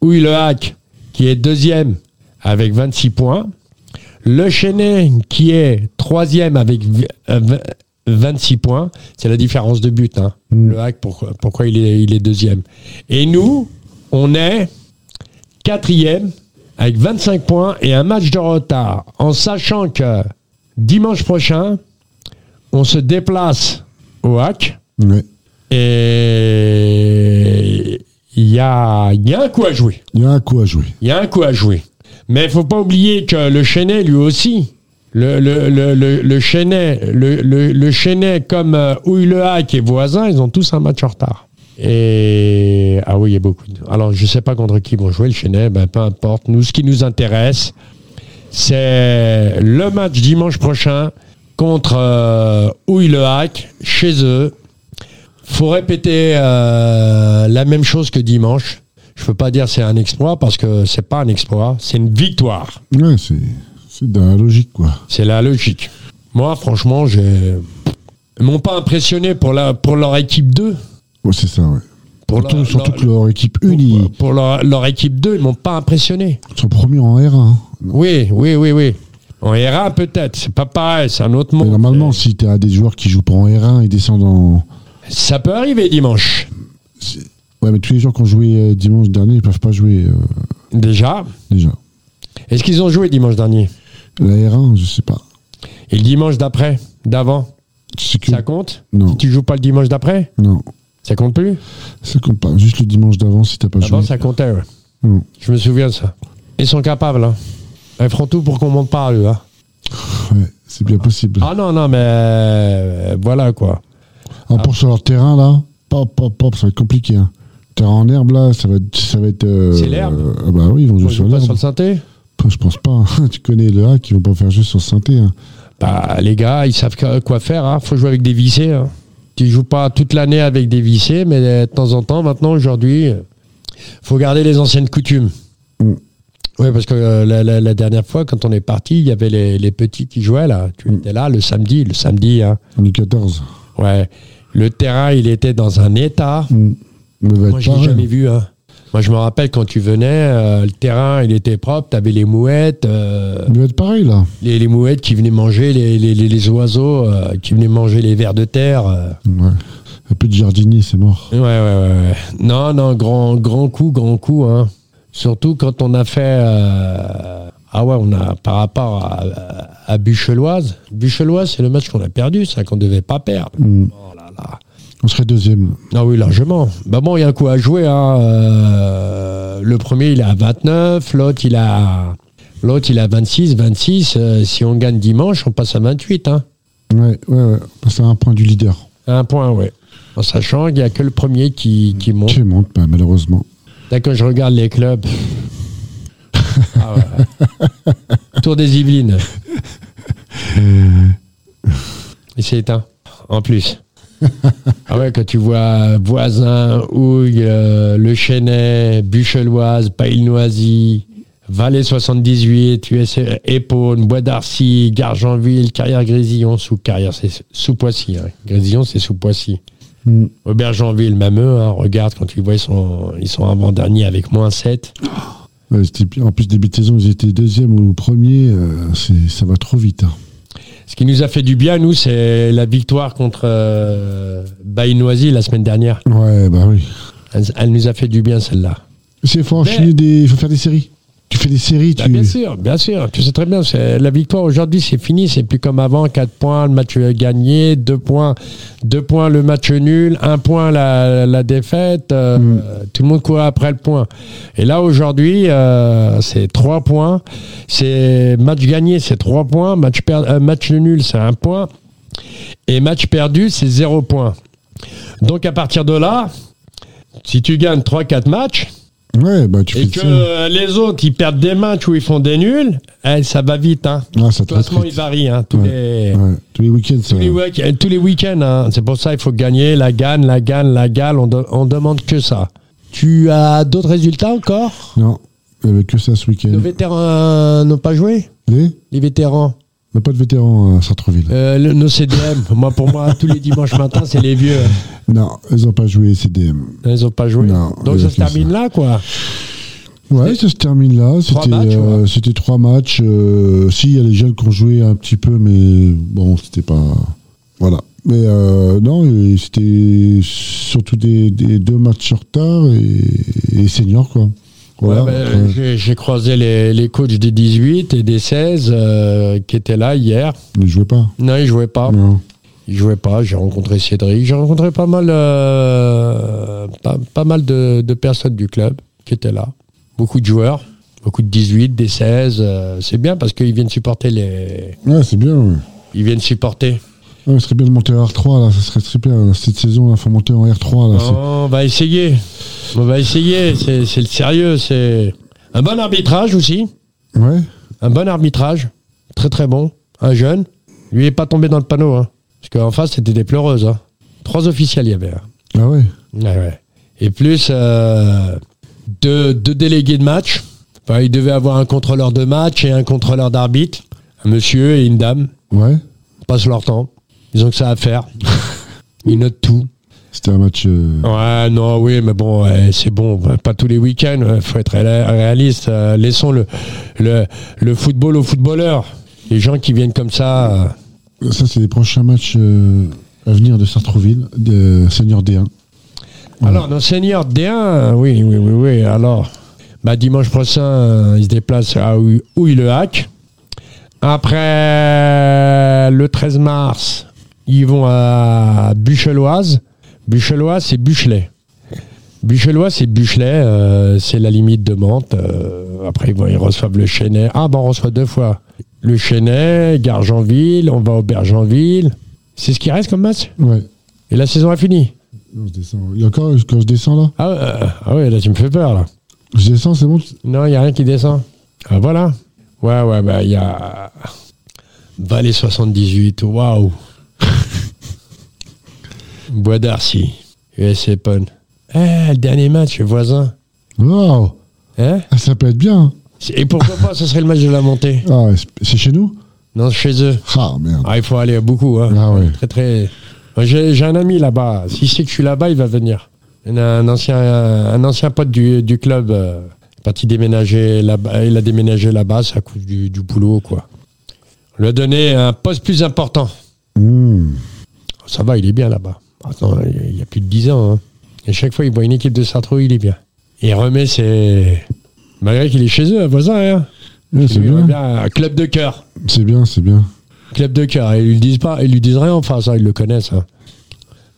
Speaker 3: Ouille le Hack, qui est deuxième avec 26 points. Le Chenet, qui est troisième avec vi- euh, vi- 26 points. C'est la différence de but. hein.
Speaker 4: Mm.
Speaker 3: Le hack, pourquoi, pourquoi il, est, il est deuxième. Et nous, on est quatrième avec 25 points et un match de retard. En sachant que dimanche prochain, on se déplace au hack.
Speaker 4: Ouais.
Speaker 3: Et il y a, il y a un coup à jouer.
Speaker 4: Il y a un coup à jouer.
Speaker 3: Il y a un coup à jouer. Mais il faut pas oublier que le Chenet, lui aussi, le, le, le, le, le Chenet, le, le, le Chenet comme euh, Houille le Hack et voisin, ils ont tous un match en retard. Et ah oui, il y a beaucoup. de- Alors je sais pas contre qui vont jouer le Chenet, ben peu importe. Nous, ce qui nous intéresse, c'est le match dimanche prochain contre euh, Houille le Hack chez eux. Faut répéter euh, la même chose que dimanche. Je peux pas dire c'est un exploit parce que c'est pas un exploit, c'est une victoire.
Speaker 4: Ouais, c'est c'est dans la logique, quoi.
Speaker 3: C'est la logique. Moi, franchement, j'ai. Ils m'ont pas impressionné pour, la, pour leur équipe 2.
Speaker 4: Ouais, c'est ça, ouais.
Speaker 3: Pour
Speaker 4: Surtout,
Speaker 3: leur-
Speaker 4: surtout
Speaker 3: leur-
Speaker 4: que leur équipe unie,
Speaker 3: Pour, pour leur, leur équipe 2, ils m'ont pas impressionné.
Speaker 4: ils sont premiers en R1. hein.
Speaker 3: Oui, oui, oui, oui. En R1, peut-être. C'est pas pareil, c'est un autre
Speaker 4: Mais
Speaker 3: monde.
Speaker 4: normalement, si t'as des joueurs qui jouent pas en R1, ils descendent en.
Speaker 3: Ça peut arriver dimanche.
Speaker 4: c'est- Ouais, mais tous les joueurs qui ont joué euh, dimanche dernier, ils peuvent pas jouer euh,
Speaker 3: Déjà.
Speaker 4: déjà.
Speaker 3: Est-ce qu'ils ont joué dimanche dernier
Speaker 4: La R1, je sais pas.
Speaker 3: Et le dimanche d'après D'avant
Speaker 4: C'est que.
Speaker 3: Ça compte
Speaker 4: Non,
Speaker 3: Si tu joues pas le dimanche d'après
Speaker 4: non.
Speaker 3: Ça compte plus
Speaker 4: Ça compte pas. Juste le dimanche d'avant, si t'as pas
Speaker 3: Avant,
Speaker 4: joué.
Speaker 3: Ah ça comptait, ouais.
Speaker 4: Mm.
Speaker 3: Je me souviens de ça. Ils sont capables, hein. Ils feront tout pour qu'on monte pas, eux, hein.
Speaker 4: Ouais, c'est bien possible.
Speaker 3: Ah non, non, mais euh, voilà, quoi. Ah.
Speaker 4: En pour sur leur terrain, là, pop, pop, pop, ça va être compliqué. Hein. Terrain en herbe, là, ça va être. Ça va être euh,
Speaker 3: C'est l'herbe
Speaker 4: euh, Ah bah oui, ils vont
Speaker 3: On
Speaker 4: jouer
Speaker 3: joue
Speaker 4: sur
Speaker 3: pas sur
Speaker 4: l'herbe.
Speaker 3: le synthé
Speaker 4: Bah, Je pense pas. tu connais le hack, ils vont pas faire jouer sur le synthé. hein.
Speaker 3: Bah, les gars, ils savent que- quoi faire, hein. Faut jouer avec des vissés, hein. Tu joues pas toute l'année avec des vissés, mais euh, de temps en temps, maintenant, aujourd'hui, euh, faut garder les anciennes coutumes.
Speaker 4: Mm.
Speaker 3: Oui, parce que euh, la, la- la dernière fois, quand on est parti, il y avait les, les petits qui jouaient, là. Tu étais là le samedi, le samedi, hein.
Speaker 4: 2014.
Speaker 3: Ouais. Le terrain, il était dans un état.
Speaker 4: Mm. Mais
Speaker 3: Moi,
Speaker 4: va être
Speaker 3: je l'ai
Speaker 4: pareil.
Speaker 3: jamais vu. hein. Moi, je me rappelle quand tu venais, euh, le terrain, il était propre, t'avais les mouettes, euh,
Speaker 4: Il va être pareil, là.
Speaker 3: les, les mouettes qui venaient manger les, les, les- les oiseaux, euh, qui venaient manger les vers de terre. euh.
Speaker 4: Ouais. Un peu de jardinier, c'est mort.
Speaker 3: Ouais, ouais, ouais, ouais. Non, non, grand, grand coup, grand coup. Hein. Surtout quand on a fait. euh, ah ouais, on a, par rapport à, à Bucheloise. Bucheloise, c'est le match qu'on a perdu, ça, qu'on devait pas perdre.
Speaker 4: Mm.
Speaker 3: Oh là là.
Speaker 4: On serait deuxième.
Speaker 3: Ah oui, largement. Bah bon, il y a un coup à jouer. hein. Euh, le premier, il est à 29. L'autre, il a. L'autre, il a 26. 26, euh, si on gagne dimanche, on passe à 28. Hein.
Speaker 4: Ouais, ouais, ouais. Bah, C'est un point du leader.
Speaker 3: Un point, ouais. En sachant qu'il n'y a que le premier qui, qui monte.
Speaker 4: Qui monte, bah, malheureusement.
Speaker 3: Là, quand je regarde les clubs. Ah ouais. Tour des Yvelines. Il s'est éteint, en plus. Ah ouais, quand tu vois Voisin, Houille, euh, Le Chenet, Bucheloise, Paille-Noisy, Vallée 78, US, Épaune, E, Bois d'Arcy, Gargenville, Carrière-Grésillon, sous Carrière, c'est sous Poissy. hein. Grésillon, c'est sous Poissy.
Speaker 4: Mm.
Speaker 3: Aubergenville, même eux, hein, regarde, quand tu vois, ils sont, ils sont avant-dernier avec moins 7.
Speaker 4: Ouais, c'était pire. en plus, début de saison, ils étaient deuxième ou premier. euh, c'est- ça va trop vite. hein.
Speaker 3: Ce qui nous a fait du bien, nous, c'est la victoire contre euh, Baïnoisy la semaine dernière.
Speaker 4: Ouais, bah oui.
Speaker 3: Elle, elle nous a fait du bien, celle-là.
Speaker 4: C'est faut
Speaker 3: Mais-
Speaker 4: enchaîner des. Il faut faire des séries. Tu fais des séries,
Speaker 3: Bah,
Speaker 4: tu.
Speaker 3: bien sûr, bien sûr. Tu sais très bien, c'est- la victoire aujourd'hui, c'est fini. C'est plus comme avant. 4 points, le match euh, gagné. 2 points, deux points le match nul. 1 point la, la défaite. euh, Tout le monde court après le point. Et là, aujourd'hui, euh, c'est 3 points. C'est match gagné, c'est 3 points. Match, per- euh, match nul, c'est 1 point. Et match perdu, c'est 0 point. Donc à partir de là, si tu gagnes 3-4 matchs,
Speaker 4: Ouais, bah tu
Speaker 3: et
Speaker 4: fais
Speaker 3: que
Speaker 4: ça.
Speaker 3: euh, les autres, ils perdent des matchs où ils font des nuls, eh, ça va vite. Hein.
Speaker 4: Ah, ça
Speaker 3: Le
Speaker 4: te va très
Speaker 3: classement, il
Speaker 4: vite.
Speaker 3: varie hein, tous,
Speaker 4: Ouais.
Speaker 3: les,
Speaker 4: Ouais, tous les week-ends, ça.
Speaker 3: tous les week- tous les week-ends. hein. C'est pour ça il faut gagner la gagne, la gagne, la gagne. On, de- on demande que ça. Tu as d'autres résultats encore
Speaker 4: Non, il n'y avait que ça ce
Speaker 3: Les
Speaker 4: week-end.
Speaker 3: vétérans euh, n'ont pas joué
Speaker 4: Les
Speaker 3: Les vétérans
Speaker 4: On n'a Bah, pas de vétérans hein, à Sartreville.
Speaker 3: Euh, le- Nos CDM, moi pour moi, tous les dimanches matins, c'est les vieux. hein.
Speaker 4: Non, ils n'ont pas joué CDM.
Speaker 3: Ils n'ont pas joué.
Speaker 4: Non,
Speaker 3: Donc ça
Speaker 4: exactement
Speaker 3: se termine là, quoi.
Speaker 4: Ouais, ça se termine là.
Speaker 3: Trois
Speaker 4: C'était
Speaker 3: matchs,
Speaker 4: euh, c'était trois matchs. euh, si, il y a les jeunes qui ont joué un petit peu, mais bon, c'était pas. Voilà. Mais euh, non, euh, c'était surtout des, des deux matchs en retard et, et seniors, quoi. Voilà.
Speaker 3: Ouais, ben,
Speaker 4: après-
Speaker 3: j'ai- J'ai croisé les, les coachs des 18 et des 16 euh, qui étaient là hier.
Speaker 4: ne jouez pas.
Speaker 3: Non, ils jouaient pas.
Speaker 4: Non.
Speaker 3: Ils jouaient pas. J'ai rencontré Cédric. J'ai rencontré pas mal, euh, pas, pas mal de, de personnes du club qui étaient là. Beaucoup de joueurs, beaucoup de 18, des 16. euh, c'est bien parce qu'ils viennent supporter les.
Speaker 4: Ouais, c'est bien. Ouais.
Speaker 3: Ils viennent supporter.
Speaker 4: Ouais, ce serait bien de monter en R3, là. Ça serait très bien. là. Cette saison, il faut monter en R3, là. c'est-
Speaker 3: on va essayer. On va essayer. C'est c'est le sérieux. C'est un bon arbitrage aussi.
Speaker 4: Ouais.
Speaker 3: Un bon arbitrage. Très très bon. Un jeune. Lui il est pas tombé dans le panneau. Hein, parce qu'en face, c'était des pleureuses. hein. Trois officiels, il y avait. hein.
Speaker 4: Ah ouais.
Speaker 3: Ouais, ouais. Et plus euh, deux, deux délégués de match. Enfin, il devait avoir un contrôleur de match et un contrôleur d'arbitre. Un monsieur et une dame.
Speaker 4: Ouais.
Speaker 3: Ils passent leur temps. Ils ont que ça à faire. Ils notent tout.
Speaker 4: C'était un match. euh,
Speaker 3: Ouais, non, oui, mais bon, ouais, c'est bon. bah, Pas tous les week-ends. Il faut être réla- réaliste. euh, laissons le, le, le football aux footballeurs. Les gens qui viennent comme ça. euh,
Speaker 4: Ça, c'est les prochains matchs euh, à venir de Sartrouville, de euh, Senior D1.
Speaker 3: Mm. Alors, nos seniors D1, oui, oui, oui, oui. Alors, bah, dimanche prochain, euh, ils se déplacent à Ou- Houille-le-Hac. Après le 13 mars, ils vont à Bucheloise. Bucheloise, c'est Buchelet. Buchelois, c'est Buchelet, euh, c'est la limite de Mantes. euh, après, ils vont- ils reçoivent le Chenet. Ah, ben on reçoit deux fois. Le Chenet, Gargenville, on va au Bergenville. C'est ce qui reste comme match
Speaker 4: Ouais.
Speaker 3: Et la saison est finie
Speaker 4: Non, je descends. Il y a encore, quand je descends là
Speaker 3: ah, euh, ah ouais, là tu me fais peur là.
Speaker 4: Je descends, c'est bon
Speaker 3: Non, il n'y a rien qui descend. Ah voilà. Ouais, ouais, bah il y a. Valais 78, waouh. Bois d'Arcy, US Epon. Eh, le dernier match, voisin.
Speaker 4: Waouh
Speaker 3: Hein
Speaker 4: Ah, Ça peut être bien
Speaker 3: C'est- Et pourquoi pas, ce serait le match de la montée
Speaker 4: Ah, c'est- c'est chez nous
Speaker 3: Non, chez eux.
Speaker 4: Ah, merde.
Speaker 3: Ah, il faut aller beaucoup, hein.
Speaker 4: Ah ouais.
Speaker 3: Très, très. Moi, J'ai j'ai un ami là-bas. S'il sait que je suis là-bas, il va venir. Il y en a un ancien, un ancien pote du, du club. euh, parti déménager là-bas. Il a déménagé là-bas. C'est à cause du, du boulot, quoi. On lui a donné un poste plus important. Oh,
Speaker 4: Mmh.
Speaker 3: Ça va, il est bien là-bas. Attends, il y a plus de 10 ans. hein. Et chaque fois, il voit une équipe de Sartreville, il est bien. Et il remet ses. Malgré qu'il est chez eux, un voisin, hein.
Speaker 4: Ouais, c'est
Speaker 3: Il remet
Speaker 4: bien.
Speaker 3: bien un club de cœur.
Speaker 4: C'est bien, c'est bien.
Speaker 3: Club de cœur. Ils lui disent pas, ils lui disent rien en face, hein, ils le connaissent. hein.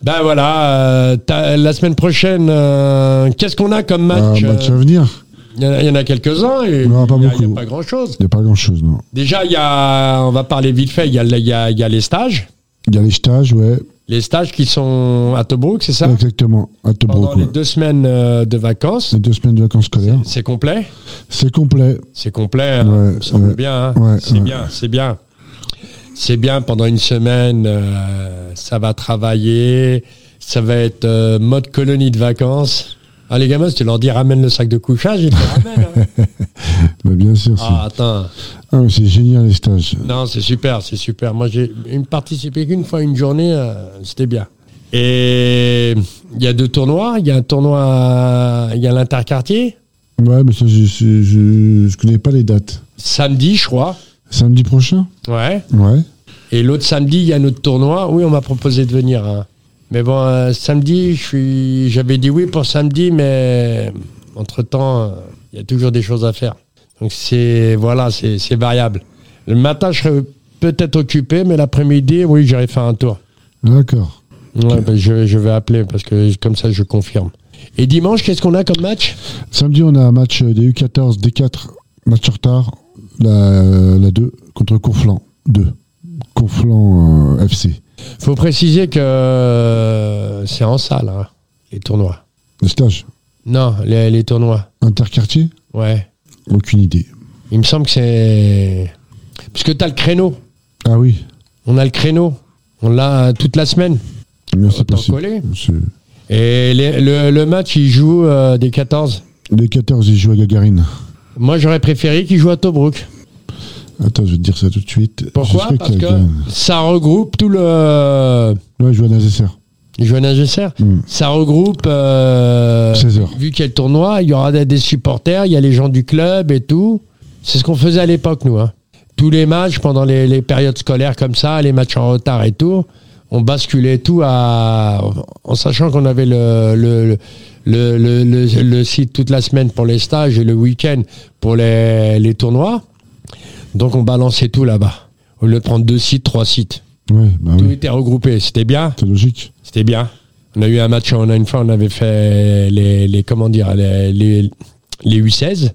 Speaker 3: Ben voilà, euh, t'as- la semaine prochaine, euh, qu'est-ce qu'on a comme
Speaker 4: Ah,
Speaker 3: match
Speaker 4: match à
Speaker 3: euh,
Speaker 4: venir
Speaker 3: Il y en a- il y en a, quelques-uns et il n'y
Speaker 4: Non,
Speaker 3: a,
Speaker 4: pas
Speaker 3: il y a
Speaker 4: beaucoup.
Speaker 3: pas grand-chose.
Speaker 4: Il n'y a pas grand-chose, non.
Speaker 3: Déjà, il y a, on va parler vite fait, il y a, le- il y a- il y a les stages.
Speaker 4: Il y a les stages, ouais.
Speaker 3: Les stages qui sont à Tobruk, c'est ça
Speaker 4: Exactement. À
Speaker 3: Pendant
Speaker 4: Tobruk.
Speaker 3: les
Speaker 4: ouais.
Speaker 3: deux semaines euh, de vacances.
Speaker 4: Les deux semaines de vacances scolaires.
Speaker 3: C'est complet
Speaker 4: C'est complet.
Speaker 3: C'est complet, hein,
Speaker 4: Ouais,
Speaker 3: il me semble
Speaker 4: ouais,
Speaker 3: bien. hein.
Speaker 4: ouais,
Speaker 3: c'est
Speaker 4: ouais.
Speaker 3: bien, c'est bien. C'est bien, pendant une semaine, euh, ça va travailler, ça va être euh, mode colonie de vacances. Ah, les gamins, si tu leur dis ramène le sac de couchage, ils te le ramènent. hein.
Speaker 4: Bah, bien sûr.
Speaker 3: Ah, attends.
Speaker 4: c'est- Ah, mais c'est génial, les stages.
Speaker 3: Non, c'est super, c'est super. Moi, j'ai une- participé qu'une fois à une journée, euh, c'était bien. Et il y a deux tournois. Il y a un tournoi, à- il y a l'interquartier,
Speaker 4: Ouais, mais ça, je je, je- je connais pas les dates.
Speaker 3: samedi, je crois.
Speaker 4: Samedi prochain
Speaker 3: Ouais.
Speaker 4: Ouais.
Speaker 3: Et l'autre samedi, il y a notre tournoi. Oui, on m'a proposé de venir. hein. Mais bon, euh, samedi, je suis- j'avais dit oui pour samedi, mais entre-temps, euh, il y a toujours des choses à faire. Donc c'est voilà, c'est c'est variable. Le matin, je serai peut-être occupé, mais l'après-midi, oui, j'irai faire un tour.
Speaker 4: D'accord.
Speaker 3: Ouais, ben, je, je vais appeler parce que comme ça, je confirme. Et dimanche, qu'est-ce qu'on a comme match
Speaker 4: Samedi, on a un match euh, des U14, D4, match en retard, la, la 2 contre Courflan 2. Courflan euh, FC.
Speaker 3: faut préciser que euh, c'est en salle, hein, les tournois.
Speaker 4: Le stage
Speaker 3: Non, les, les tournois.
Speaker 4: interquartier
Speaker 3: Ouais.
Speaker 4: Aucune idée.
Speaker 3: Il me semble que c'est. Parce que tu as le créneau.
Speaker 4: Ah oui,
Speaker 3: On a le créneau. On l'a toute la semaine.
Speaker 4: non, c'est
Speaker 3: Autant
Speaker 4: possible.
Speaker 3: coller.
Speaker 4: C'est-
Speaker 3: Et les- le, le match, il joue euh, des 14.
Speaker 4: Les 14, ils jouent à Gagarine.
Speaker 3: Moi, j'aurais préféré qu'il joue à Tobruk.
Speaker 4: Attends, je vais te dire ça tout de suite.
Speaker 3: Pourquoi
Speaker 4: Je sais
Speaker 3: Parce
Speaker 4: qu'il y
Speaker 3: que
Speaker 4: a Gagarine.
Speaker 3: ça regroupe tout le.
Speaker 4: Ouais, ils jouent à Nazaire.
Speaker 3: Je vais nager
Speaker 4: Hmm.
Speaker 3: Ça regroupe. euh,
Speaker 4: 16 heures.
Speaker 3: Vu qu'il y a le tournoi, il y aura des des supporters, il y a les gens du club et tout. C'est ce qu'on faisait à l'époque, nous. hein. Tous les matchs, pendant les, les périodes scolaires comme ça, les matchs en retard et tout, on basculait tout à, en sachant qu'on avait le, le, le, le, le- le site toute la semaine pour les stages et le week-end pour les, les tournois. Donc on balançait tout là-bas. Au lieu de prendre deux sites, trois sites.
Speaker 4: Ouais, bah
Speaker 3: Tout
Speaker 4: oui,
Speaker 3: était regroupé. C'était bien.
Speaker 4: c'est logique.
Speaker 3: C'était bien. On a eu un match, on a une fois, on avait fait les, les comment dire, les, les, les U16.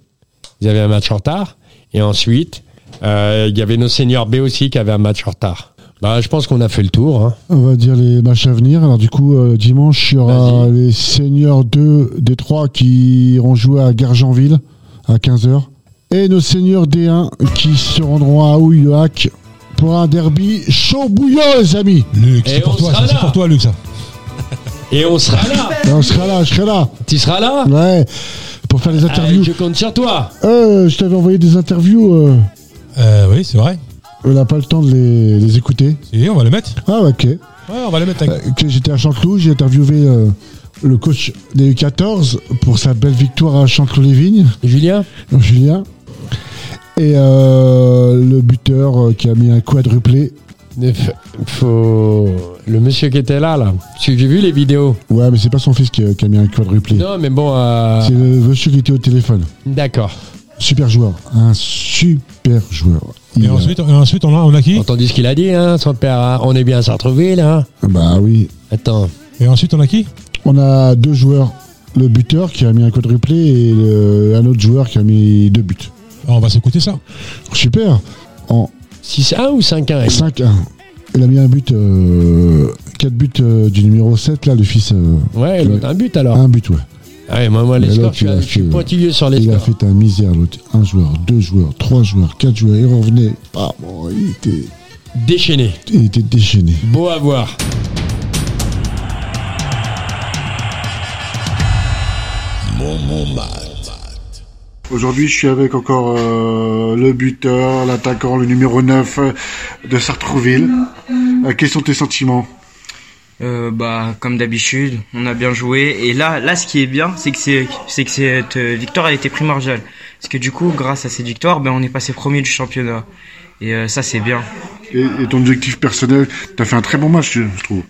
Speaker 3: Ils avaient un match en retard. Et ensuite, euh, il y avait nos seniors B aussi qui avaient un match en retard. Bah, je pense qu'on a fait le tour. hein.
Speaker 4: On va dire les matchs à venir. Alors, du coup, euh, dimanche, il y aura
Speaker 3: Vas-y.
Speaker 4: les seniors 2 des 3 qui iront jouer à Gargenville à 15h. Et nos seniors D1 qui se rendront à Houillac pour un derby chaud bouillant, les amis.
Speaker 2: Luc,
Speaker 3: Et
Speaker 2: c'est
Speaker 3: on
Speaker 2: pour toi,
Speaker 3: sera
Speaker 2: ça, c'est
Speaker 3: là.
Speaker 2: pour toi, Luc, ça.
Speaker 3: Et on sera là.
Speaker 4: Et on sera là, je serai là.
Speaker 3: tu seras là
Speaker 4: Ouais. Pour faire les
Speaker 3: Euh,
Speaker 4: interviews.
Speaker 3: Je compte sur toi.
Speaker 4: Euh, je t'avais envoyé des interviews. euh,
Speaker 2: Euh, oui, c'est vrai.
Speaker 4: on n'a pas le temps de les, les écouter.
Speaker 2: Si, on va le mettre.
Speaker 4: Ah, ok.
Speaker 2: Ouais, on va le mettre.
Speaker 4: Euh, que J'étais à Chanteloup, j'ai interviewé euh, le coach des U14 pour sa belle victoire à Chanteloup-les-Vignes.
Speaker 3: Julien
Speaker 4: Julien. Et euh, le buteur euh, qui a mis un quadruplé.
Speaker 3: ne f- faut... Le monsieur qui était là, là. Parce que j'ai vu les vidéos.
Speaker 4: Ouais, mais c'est pas son fils qui, a- qui a mis un quadruplé.
Speaker 3: Non, mais bon. euh,
Speaker 4: C'est le monsieur qui était au téléphone.
Speaker 3: D'accord.
Speaker 4: Super joueur. Un super joueur. Il
Speaker 2: Et
Speaker 4: a-
Speaker 2: ensuite, et ensuite, on a, on a qui
Speaker 3: Entendu ce qu'il a dit, hein, son père. hein. On est bien à Sartreville, hein.
Speaker 4: Bah oui.
Speaker 3: Attends.
Speaker 4: Ah.
Speaker 2: Et ensuite, on a qui
Speaker 4: On a deux joueurs. Le buteur qui a mis un quadruplé et le- un autre joueur qui a mis deux buts.
Speaker 2: On va s'écouter ça.
Speaker 4: Super. En
Speaker 3: 6-1 ou 5-1
Speaker 4: 5-1. Il a mis un but, euh, 4 buts euh, du numéro 7, là, le fils. euh,
Speaker 3: Ouais, l'autre un but alors.
Speaker 4: un but, ouais.
Speaker 3: Ouais, moi, moi, les
Speaker 4: Hein. Mais
Speaker 3: scores,
Speaker 4: l'autre,
Speaker 3: je suis-
Speaker 4: il a
Speaker 3: je suis
Speaker 4: fait-
Speaker 3: pointilleux sur les
Speaker 4: Il a
Speaker 3: scores.
Speaker 4: fait un misère, l'autre. Un joueur, deux joueurs, trois joueurs, quatre joueurs. Il revenait. Ah, bon, il, était,
Speaker 3: Déchaîné.
Speaker 4: il était déchaîné.
Speaker 3: Beau à voir.
Speaker 1: Mon, mon mat.
Speaker 5: Aujourd'hui, je suis avec encore euh, le buteur, l'attaquant, le numéro 9 euh, de Sartrouville. Euh, quels sont tes sentiments
Speaker 6: Euh, bah comme d'habitude, on a bien joué et là là ce qui est bien c'est que c'est c'est que cette euh, victoire elle était primordiale parce que du coup grâce à cette victoire ben on est passé premier du championnat et euh, ça c'est bien.
Speaker 5: et, et ton objectif personnel T'as fait un très bon match, je, je trouve.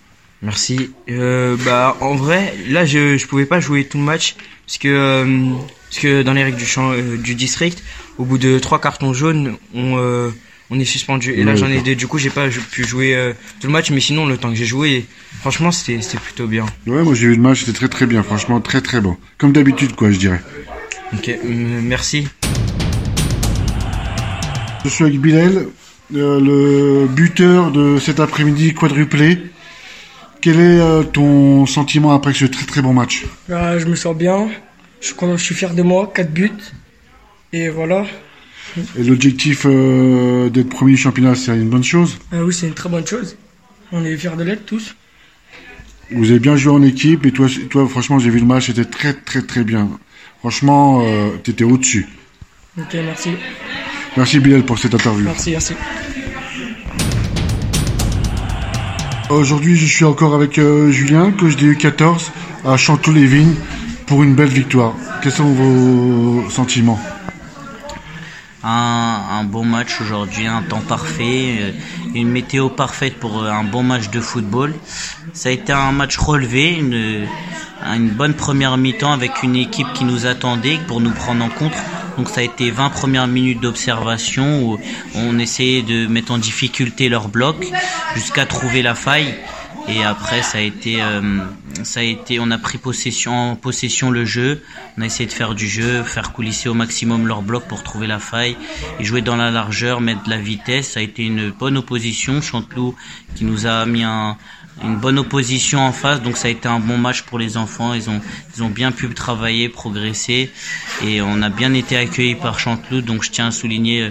Speaker 6: Merci. Euh, bah en vrai là je je pouvais pas jouer tout le match parce que euh, parce que dans les règles du champ euh, du district au bout de trois cartons jaunes on euh, on est suspendu et là
Speaker 5: Ouais,
Speaker 6: j'en ai
Speaker 5: d'accord.
Speaker 6: deux du coup j'ai pas pu jouer euh, tout le match mais sinon le temps que j'ai joué franchement c'était c'était plutôt bien.
Speaker 5: Ouais, moi j'ai vu le match, c'était très très bien, franchement très très bon. Comme d'habitude, quoi, je dirais.
Speaker 6: OK, m- merci.
Speaker 5: Je suis avec Bilal, euh, le buteur de cet après-midi quadruplé. Quel est euh, ton sentiment après ce très très bon match
Speaker 7: Bah, je me sens bien, je suis, content, je suis fier de moi, 4 buts. Et voilà,
Speaker 5: Et l'objectif euh, d'être premier du championnat, c'est une bonne chose
Speaker 7: Euh, oui, c'est une très bonne chose. On est fiers de l'être tous.
Speaker 5: Vous avez bien joué en équipe et toi, toi franchement, j'ai vu le match, c'était très très très bien. Franchement, euh, t'étais au-dessus.
Speaker 7: Ok, merci,
Speaker 5: Merci Bilal pour cette interview.
Speaker 7: merci, merci.
Speaker 5: Aujourd'hui, je suis encore avec euh, Julien, coach des U14 à Chanteloup-les-Vignes pour une belle victoire. Quels sont vos sentiments
Speaker 8: un, un bon match aujourd'hui, un temps parfait, euh, une météo parfaite pour euh, un bon match de football. Ça a été un match relevé, une, euh, une bonne première mi-temps avec une équipe qui nous attendait pour nous prendre en compte. Donc ça a été 20 premières minutes d'observation où on essayait de mettre en difficulté leur bloc jusqu'à trouver la faille. Et après, ça a été, euh, ça a été, on a pris possession, en possession le jeu. On a essayé de faire du jeu, faire coulisser au maximum leur bloc pour trouver la faille et jouer dans la largeur, mettre de la vitesse. Ça a été une bonne opposition. Chanteloup qui nous a mis un- une bonne opposition en face, donc ça a été un bon match pour les enfants. Ils ont, ils ont bien pu travailler, progresser, et on a bien été accueillis par Chanteloup. Donc je tiens à souligner euh,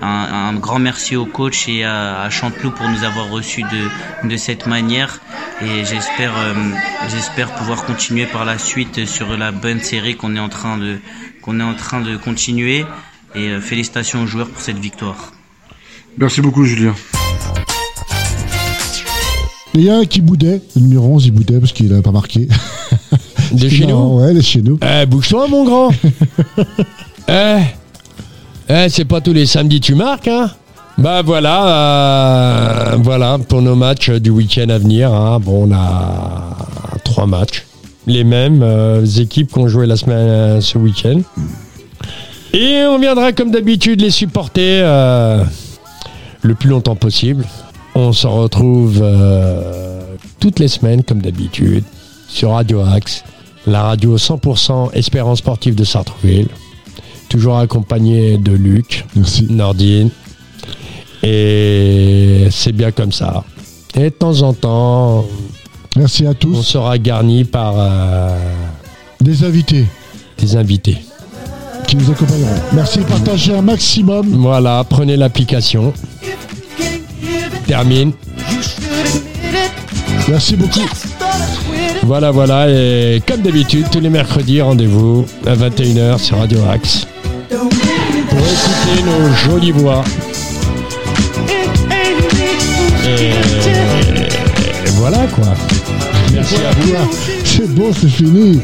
Speaker 8: un, un grand merci au coach et à, à Chanteloup pour nous avoir reçus de, de cette manière. Et j'espère, euh, j'espère pouvoir continuer par la suite sur la bonne série qu'on est en train de, qu'on est en train de continuer. Et euh, félicitations aux joueurs pour cette victoire.
Speaker 5: Merci beaucoup Julien.
Speaker 4: Et Il y a un qui boudait, le numéro 11, il boudait parce qu'il a pas marqué.
Speaker 3: De chez nous.
Speaker 4: Non, Ouais, il est chez nous.
Speaker 3: Eh, bouge-toi, mon grand. eh. Eh, c'est pas tous les samedis tu marques, hein. Bah voilà, euh, voilà pour nos matchs du week-end à venir. hein. Bon, on a trois matchs, les mêmes euh, équipes qu'on jouait la semaine euh, ce week-end. Et on viendra comme d'habitude les supporter euh, le plus longtemps possible. On se retrouve euh, toutes les semaines comme d'habitude sur Radio Axe, la radio 100% Espérance sportive de Sartrouville. Toujours accompagné de Luc.
Speaker 4: Merci.
Speaker 3: Nordine. Et c'est bien comme ça. Et de temps en temps,
Speaker 4: Merci à
Speaker 3: on
Speaker 4: tous.
Speaker 3: sera garni par euh,
Speaker 4: Des invités
Speaker 3: des invités.
Speaker 4: qui nous accompagneront. Merci. Partagez un maximum.
Speaker 3: Voilà, prenez l'application. Termine.
Speaker 4: Merci beaucoup.
Speaker 3: Voilà, voilà. Et comme d'habitude, tous les mercredis, rendez-vous à 21h sur Radio Axe. Pour écouter nos jolies voix. Et voilà quoi. Merci à vous.
Speaker 4: Voilà. C'est bon, c'est fini.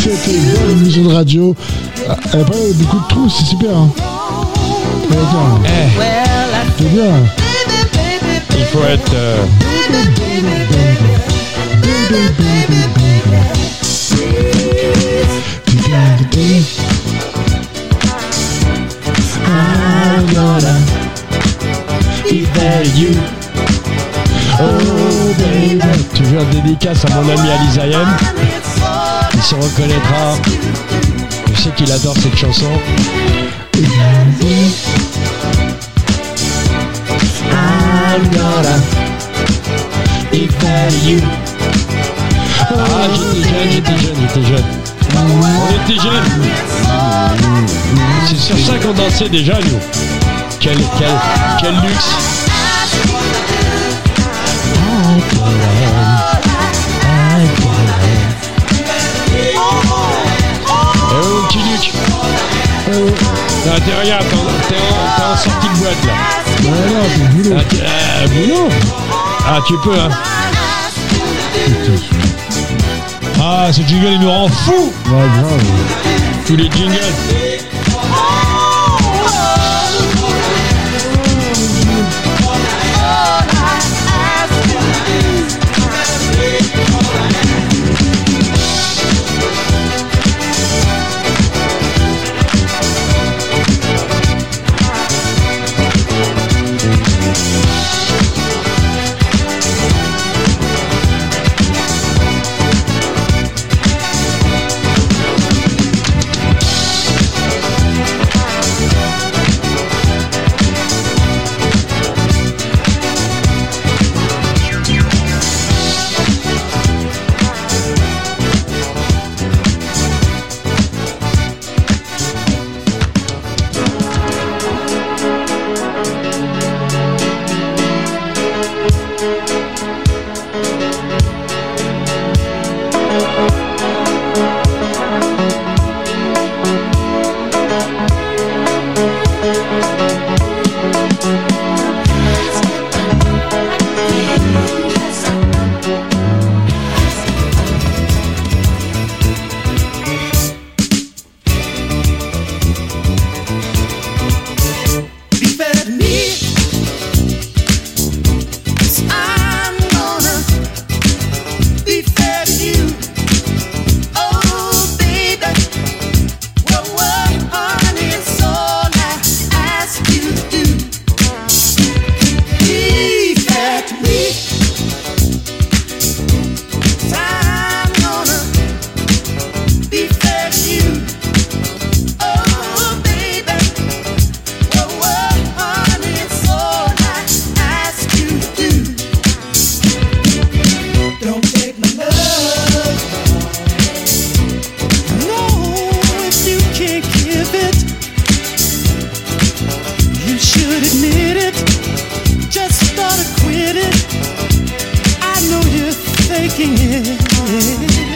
Speaker 4: C'était une bonne émission de radio. Elle n'a pas eu beaucoup de trous, c'est super. Hein. Elle est bien.
Speaker 3: Eh.
Speaker 4: C'est bien.
Speaker 3: Il faut être. euh, Toujours dédicace à mon ami Alizayem. Il se reconnaîtra. Je sais qu'il adore cette chanson. Ah, j'étais jeune, j'étais jeune, j'étais jeune. On était jeunes. C'est sur ça qu'on dansait déjà, nous. Quel, quel, quel luxe. Eh oh, mon petit Luc. Ah, t'es rien, t'es en- t'es en, t'es en sortie de boîte, là. Ah, tu- euh, boulot Ah, tu peux, hein
Speaker 2: Ah, ce jingle, il nous rend fou
Speaker 3: Tous les jingles.
Speaker 9: Oh, Don't take my love. No, if you can't give it, you should admit it. Just start to quit it. I know you're faking it.